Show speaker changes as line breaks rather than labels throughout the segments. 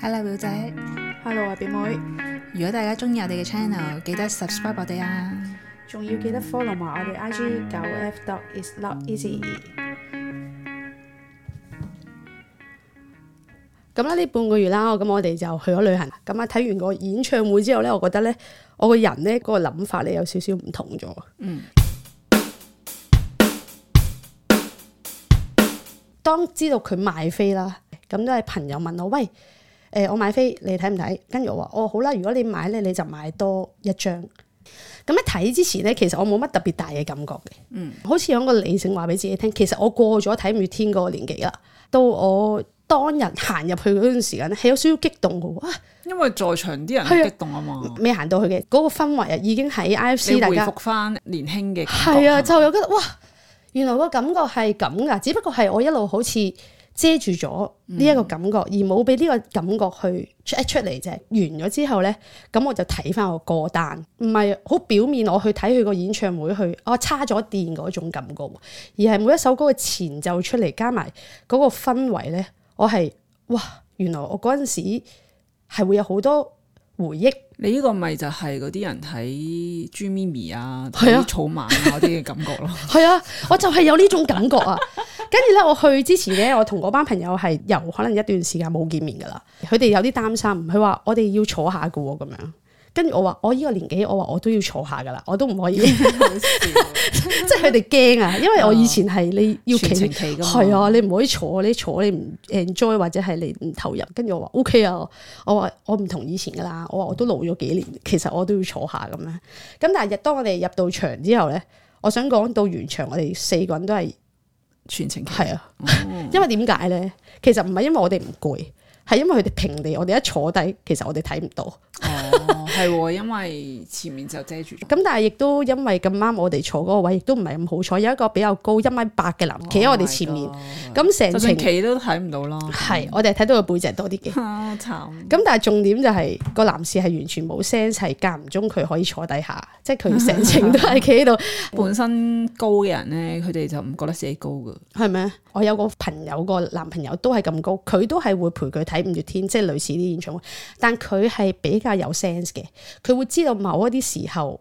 Hello 表姐，
Hello 啊，表妹，
如果大家中意我哋嘅 channel，記得 subscribe 我哋啊！
仲要記得 follow 埋我哋 IG 九 F dot is not easy。咁啦，呢半個月啦，咁我哋就去咗旅行。咁啊，睇完個演唱會之後咧，我覺得咧，我個人咧嗰個諗法咧有少少唔同咗。
嗯。
當知道佢賣飛啦，咁都係朋友問我：喂，誒、我買飛，你睇唔睇？跟住我話：哦，好啦，如果你買咧，你就買多一張。咁喺睇之前咧，其實我冇乜特別大嘅感覺嘅，嗯，好似有個理性話俾自己聽，其實我過咗睇五月天嗰個年紀啦。到我當日行入去嗰段時間咧，係有少少激動嘅喎，啊
因為在場啲人
係啊
激動啊嘛，
未行到去嘅嗰個氛圍啊，已經喺 IFC
你
大
回
家
復翻年輕嘅感覺
係啊，
係
就有覺得哇，原來個感覺係咁噶，只不過係我一路好似遮住咗呢
嗯
一個感覺，而冇俾呢個感覺去出出嚟啫。完咗之後咧，咁我就睇翻我歌單，唔係好表面我去睇佢個演唱會去，我、叉咗電嗰種感覺喎，而係每一首歌嘅前奏出嚟，加埋嗰個氛圍咧，我係哇，原來我嗰陣時係會有好多回憶。
咪你呢個咪就係嗰啲人睇朱咪咪啊、
係啊
睇草蜢啊嗰啲嘅感覺咯。
係啊，我就係有呢種感覺啊。 跟住咧，我去之前咧，我同嗰班朋友係由可能一段時間冇見面噶啦。佢哋有啲擔心，佢話我哋要坐下噶喎咁樣。跟住我話哦我呢個年紀，我話我都要坐下噶啦，我都唔可以， 即係佢哋驚啊，因為我以前係你 要
全
企
程企㗎嘛
係啊，你唔可以坐，你坐你唔 enjoy 或者係你唔投入。跟住我話 O K 啊，我話我唔同以前噶啦，我話我都老咗幾年，其實我都要坐下咁樣。咁但係日當我哋入到場之後咧，我想講到完場，我哋四個人都係
全程 企
係啊，
嗯
因為點解咧？其實唔係因為我哋唔攰，係因為佢哋平地，我哋一坐低，其實我哋睇唔到。
哦，係喎，因為前面就遮住咗。
咁但係亦都因為咁啱我哋坐嗰個位，亦都唔係咁好彩，有一個比較高一米八嘅男企喺我哋前面
Oh，my god，
咁成
就算
程
企都睇唔到啦。
係我哋係睇到佢背脊多啲嘅。
啊，慘！
咁但係重點就係、個男士係完全冇 sense，係間唔中佢可以坐底下，即係佢成程都係企喺度，
本身高嘅人咧，佢哋就唔覺得自己高噶。
係咪？我有個朋友個男朋友都係咁高，佢都係會陪佢睇五月天，即係類似啲演唱會，但佢係比較有 sense 嘅，佢會知道某一啲時候。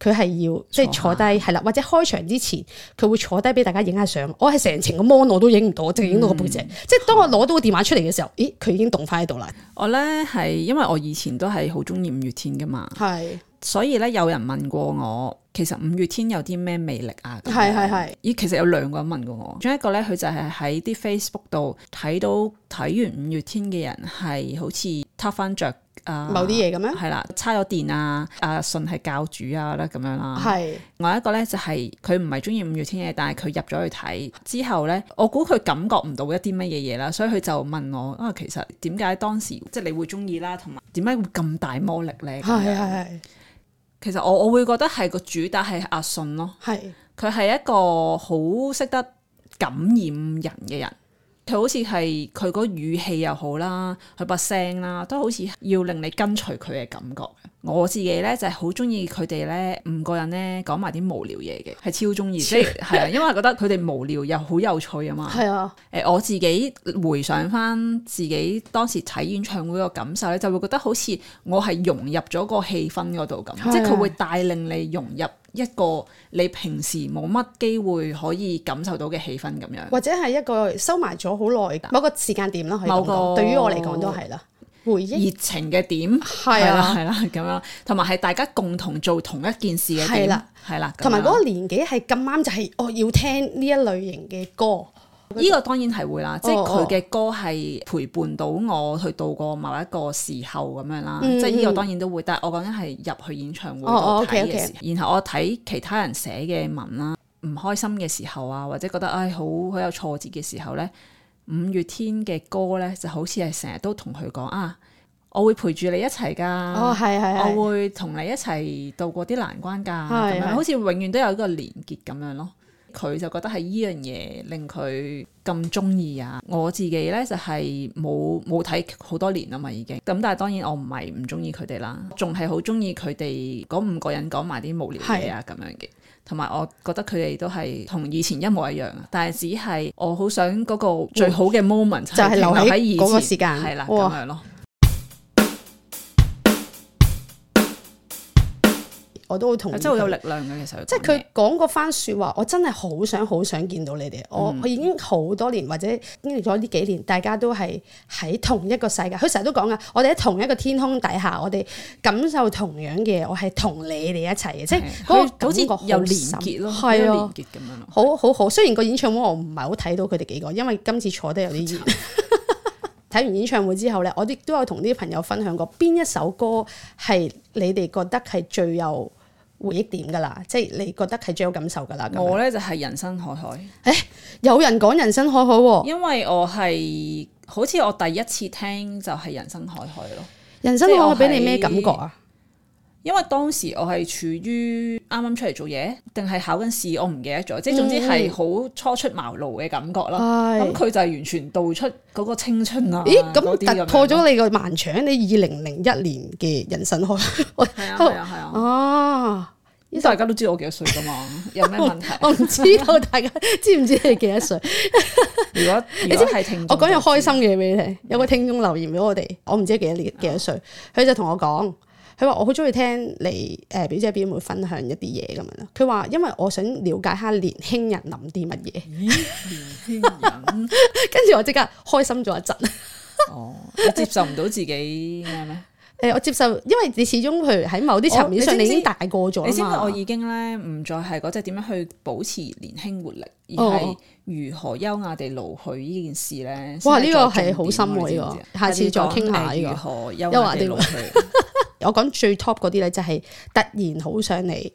佢係要即係坐低係啦，或者開場之前佢會坐低俾大家影下相。我係成程個 mon 我都影唔到，淨係影到個背脊。即係當我攞到個電話出嚟嘅時候，咦，佢已經動翻喺度啦。
我咧係因為我以前都係好中意五月天噶嘛，
係
所以咧有人問過我，其實五月天有啲咩魅力啊？咁樣
係係係。
咦，其實有兩個人問過我，仲有一個咧，佢就係喺啲 Facebook 度睇到睇完五月天嘅人係好似撻翻着啊，
某啲嘢咁樣
係啦，叉咗電啊，啊信係教主啊啦咁樣啦。
係
另外一個咧就係佢唔係中意五月天嘅，但係佢入咗去睇之後咧，我估佢感覺唔到一啲乜嘢嘢啦，所以佢就問我啊，其實點解當時即係你會中意啦，同埋點解會咁大魔力咧？咁
係
樣
係
其實我我會覺得係個主打係阿信咯。
係
佢係一個好識得感染人嘅人。佢好似係佢嗰語氣又好啦，佢把聲啦，都好似要令你跟隨佢嘅感覺。我自己咧就係好中意佢哋咧五個人咧講埋啲無聊嘢嘅，係超中意，即係係啊，因為覺得佢哋無聊又好有趣啊嘛。
係啊，
誒、我自己回想翻自己當時睇演唱會個感受咧，就會覺得好似我係融入咗個氣氛嗰度咁
係，
即係佢會帶領你融入一個你平時冇乜機會可以感受到嘅氣氛咁樣。
或者係一個收埋咗好耐某個時間點啦，可以咁
某
講。
個
對於我嚟講都係啦，回憶
熱情嘅點
係
啦
啊，
係啦咁樣，同埋係大家共同做同一件事嘅
係
點
啦，
係啦，
同埋
咁樣
嗰個年紀係咁啱就係我要聽呢一類型嘅歌，
呢個當然係會啦，即係
哦
佢嘅歌係陪伴到我去度過某一個時候咁樣啦，
嗯
即係呢個
嗯
當然都會，但係我講緊係入去演唱會
哦哦
度睇嘅
OK，OK
時候，然後我睇其他人寫嘅文啦，唔開心嘅時候啊，或者覺得唉好好有挫折嘅時候呢，五月天嘅歌呢就好似係成日都同佢講啊，我會陪住你一齊㗎。
哦係係係
我會同你一齊度過啲難關㗎，
係
咁樣
係
好似永遠都有一個連結咁樣咯。佢就覺得係依樣嘢令佢咁中意啊！我自己咧就係冇冇睇好多年啊嘛，已經咁，但係當然我唔係唔中意佢哋啦，仲係好中意佢哋嗰五個人講埋啲無聊嘢啊咁樣嘅，同埋我覺得佢哋都係同以前一模一樣啊，但係只係我好想嗰個最好嘅 moment 就
哦就係留喺
以
嗰個
前
時間
係啦咁
哇
樣咯。
我都好同意。
係真係好有力量嘅，其實
即係佢講嗰番説話，我真係好想好想見到你哋。我、
嗯
我已經好多年或者經歷咗呢幾年，大家都係喺同一個世界。佢成日都講噶，我哋喺同一個天空底下，我哋感受同樣嘅嘢，我係同你哋一齊嘅，即係嗰個
好
感
似
覺
有連
連
結咯，
係
有連
啊。
結咁樣咯。
好好好，雖然個演唱會我唔係好睇到佢哋幾個，因為今次坐得有啲熱。 睇完演唱會之後咧，我亦都有同啲朋友分享過邊一首歌係你哋覺得係最有回憶點㗎啦，即係你覺得係最有感受㗎啦。咁樣
我咧就係人生海海，
有人講人生海海喎，
因為我係好似我第一次聽就係人生海海咯。
人生海海俾你咩感覺啊？
因為當時我係處於啱啱出嚟做嘢，定係考緊試，我唔記得咗。即係總之係好初出茅廬嘅感覺啦。咁
嗯係。
佢、就係完全道出嗰個青春啊！
咦，咁
嗰啲樣
突破咗你個盲腸，你二零零一年嘅人生海海
係啊 係啊係啊！
啊！
咁大家都知道我幾多歲噶
哦
嘛，有咩問題？
我唔知道大家知唔知你幾多歲？
如果如
知
果係聽眾
我講樣
就知
開心嘅嘢俾你聽，有個聽眾留言俾我哋，我唔知幾多
啊
年幾多歲，佢就同我講，佢話我好中意聽你誒、表姐表妹分享一啲嘢咁樣啦。佢話因為我想了解下年輕人諗啲乜嘢，
咦，年輕人
跟住我即刻開心咗一陣。誒、
哦，你接受唔到自己咩咩？
我接受，因為你始終譬如喺某啲層面上，
我
你
你
已
知唔
經
知
大個咗
你知唔知
啦
我
啊嘛。
已經咧唔再係嗰只點樣去保持年輕活力，而
哦
係如何優雅地老去呢件事咧。
哇呢個
先
係
係
好深喎
重點
呢個
啊你知唔知
下次再傾下
係
呢個
如何優雅地老去。
我講最 top 嗰啲咧，就係突然好想你。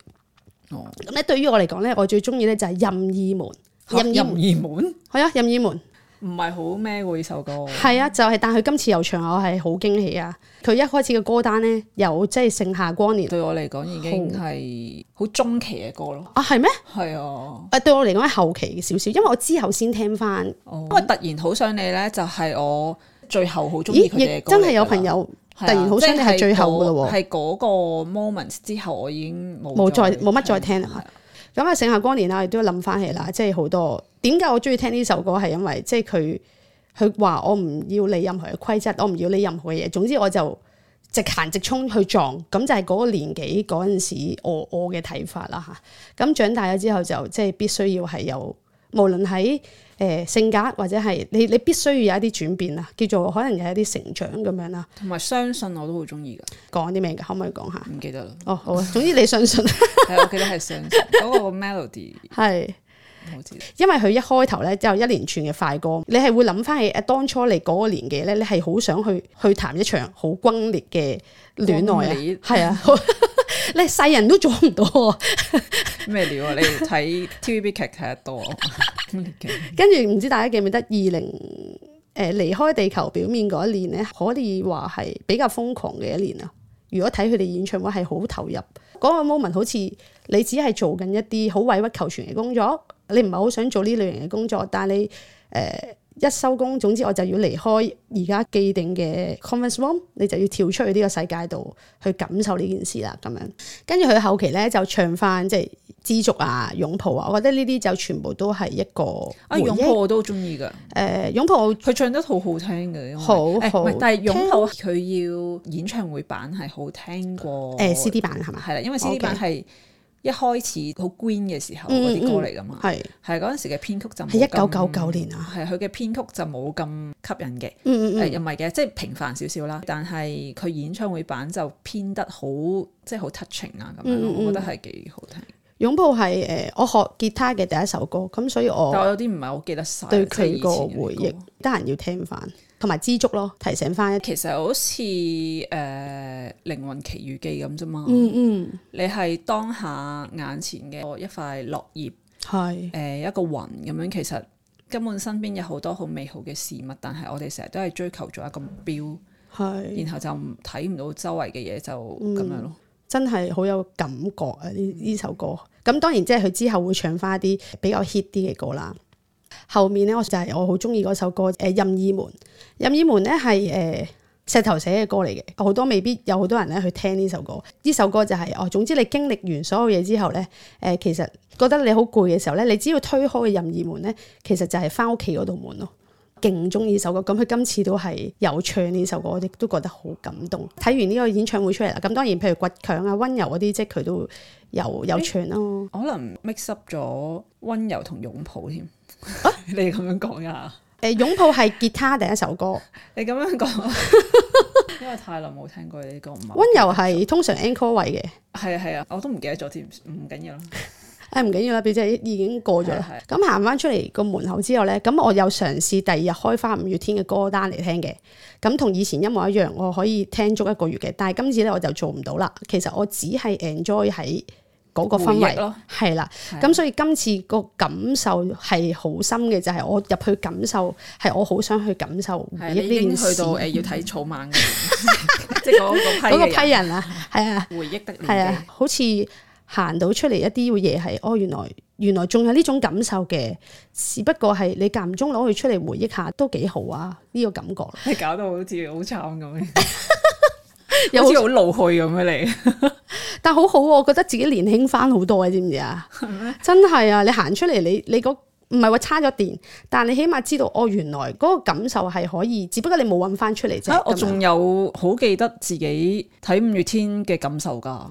哦
咁咧，對於我嚟講咧，我最中意咧就係任意門，任意
哦任
門
意門
係啊，任意門。
唔係好咩喎？呢首歌
係啊，就係、但佢今次又唱，我係好驚喜啊！佢一開始嘅歌單咧，有即係盛夏光年
對我嚟講已經係好中期嘅歌咯。
啊，係咩？
係啊。
誒對我嚟講係後期少少，因為我之後先聽翻。
因為突然好想你咧，就係我最後好中
咦
意，佢哋
亦
嘅歌
真
嚟
係有
㗎啦
朋友
係啊
突然好想你係最後㗎嘞喎
即係嗰係嗰個 moment 之後，我已經冇
冇再冇乜再
聽
聽啦。咁啊，盛夏光年啦，亦都諗翻起啦，即係好多點解我中意聽呢首歌係因為即係佢佢話我唔要你任何嘅規則，我唔要你任何嘅嘢，總之我就直行直衝去撞，咁就係嗰個年紀嗰陣時我我嘅睇法啦嚇。咁長大咗之後就即係必須要係有，無論喺誒、呃性格或者係你你必須要有一啲轉變啊啦，叫做可能有一啲成長咁樣啦。
同埋相信我都好中意噶，
講啲咩㗎？可唔可以講下？
唔記得啦。
哦，好啊，總之你相信
係我記得係相信嗰個 melody
係。
好似
因為佢一開頭咧就有一連串嘅快歌，你係會諗翻起誒當初你嗰個年紀咧，你係好想去去談一場好轟烈嘅戀愛
轟烈
啊，係啊，好 你世人都做唔到啊，
咩料啊？你睇 TVB 劇睇得多，啊
跟住唔知大家記唔記得二零誒離開地球表面嗰一年咧，可以話係比較瘋狂嘅一年啊！如果睇佢哋演唱會係好投入，嗰、個 moment 好似你只係做緊一啲好委曲求全嘅工作，你唔係好想做呢類型嘅工作，但係你誒、呃一收工，總之我就要離開而家既定嘅 conference room，你就要跳出去呢個世界度去感受呢件事啦咁樣。跟住佢後期咧就唱翻即係知足啊、擁抱啊，我覺得呢啲就全部都係一個
啊
回
擁抱
憶。
我都好中意噶，
誒擁抱
佢唱得好好聽嘅，因為
好
誒唔係
好
但係擁抱佢要演唱會版係好聽過
誒 CD 版哦係嘛？
係啦，因為
OK
CD 版係一開始好 green 嘅時候嗰啲歌嚟噶嘛，
係
係嗰陣時嘅編曲就
嗯係一九九九年啊！
係佢嘅編曲就冇咁吸引嘅，誒、
嗯嗯嗯，
呃又唔係嘅，即係平凡少少啦。但係佢演唱會版就編得好，即係好 touching 啊咁樣咯，
嗯嗯嗯
我覺得係幾好聽。
擁抱係誒我學吉他嘅第一首歌，咁所以
但我
我
有啲唔係好記得晒
哦對
即係
佢
以前
個
嘅
回憶
歌
得閒要聽翻，同埋知足咯，提醒翻一。
其實好似誒、呃《靈魂奇遇記》咁啫嘛，
嗯嗯，
你係當下眼前嘅一塊落葉。
係
誒、一個雲咁樣，其實根本身邊有好多好美好嘅事物，但係我哋成日都係追求咗一個目標，
係嗯
然後就唔睇唔到周圍嘅嘢，就咁樣咯。
真係好有感覺啊！呢呢首歌，咁當然即係佢之後會唱翻一啲比較 hit 啲嘅歌啦。後面咧，我就係我好中意嗰首歌誒、任意門》。《任意門》咧係誒石頭寫嘅歌嚟嘅，好多未必有好多人咧去聽呢首歌。呢首歌就係、哦，總之你經歷完所有嘢之後咧，誒、其實覺得你好攰嘅時候咧，你只要推開嘅任意門咧，其實就係翻屋企嗰道門咯。勁中意呢首歌，咁佢今次都係有唱呢首歌，我亦都覺得好感動。睇完呢個演唱會出嚟啦，咁當然譬如倔強啊、温柔嗰啲，即係佢都有有唱咯。
可能 mix up 咗温柔同擁抱添。 你咁樣講呀？
誒、擁抱係吉他第一首歌，
你咁樣講， 因為太耐冇聽過你呢個唔係
温柔係通常 encore 位嘅。
係啊係啊，我都唔記得咗添，唔緊要啦。
誒唔緊要啦，表姐已經過咗啦
係係。
咁行翻出嚟個門口之後咧，咁我有嘗試第二日開翻五月天嘅歌單嚟聽嘅。咁同以前一模一樣，我可以聽足一個月嘅。但係今次咧我就做唔到啦。其實我只係 enjoy 喺嗰個氛
回
圍
憶咯，
係啦。
係
咁所以今次個感受係好深嘅，就係、我入去感受，係我好想去感受回
係啊
憶
你已
呢
經
件
去
事。
到誒要睇草 蜢嘅，即係嗰
嗰
個
個
批嘅
批人啊，係啊。
人回憶的
係
年紀
啊。，好似行到出嚟一啲嘢係，哦，原來原來仲有呢種感受嘅，只不過係你間唔中攞佢出嚟回憶下都幾好啊！呢、個感 覺
你搞到好似好慘咁樣，
又
好
好
似好老去咁樣你。
但好好喎，我覺得自己年輕翻好多啊，知唔知啊？真係啊！你行出嚟，你你嗰唔係話差咗電，但你起碼知道哦，原來嗰個感受係可以，只不過你冇揾翻出嚟啫。
啊我
咁樣
仲有好記得自己睇五月天嘅感受㗎，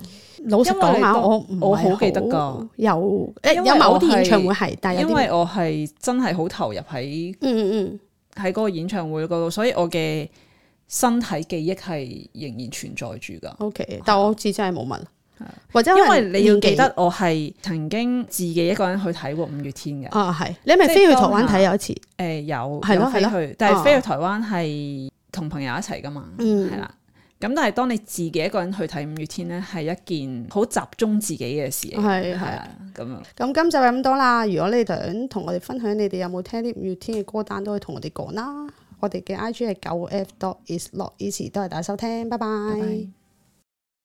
老實講下，我唔係
因為你都我好記得㗎，
有誒
因為
有某
我
啲
係
演唱會係，但係有
因
啲
為我係真係好投入喺
嗯嗯
喺嗰個演唱會嗰度，所以我嘅身體記憶係仍然存在住㗎。
嗯，OK，但我好似真係冇問，或者
因
可
為
能
你要
年紀
記得我係曾經自己一個人去睇過五月天嘅，誒、
啊，係你係咪
即係
飛去台
當
灣
下
睇有一次？
有
係咯
有飛
係咯
去，但係飛
啊
去台灣係同朋友一齊噶嘛，
嗯
係啦、咁但係當你自己一個人去睇五月天咧，係一件好集中自己嘅事嚟嘅，
係係
啊，咁樣
咁今集就咁多啦。如果你想同我哋分享你哋有冇聽啲五月天嘅歌單，都可以同我哋講啦。我哋嘅 I G 係九 F dot is not easy，多謝大家收聽，拜
拜拜
拜。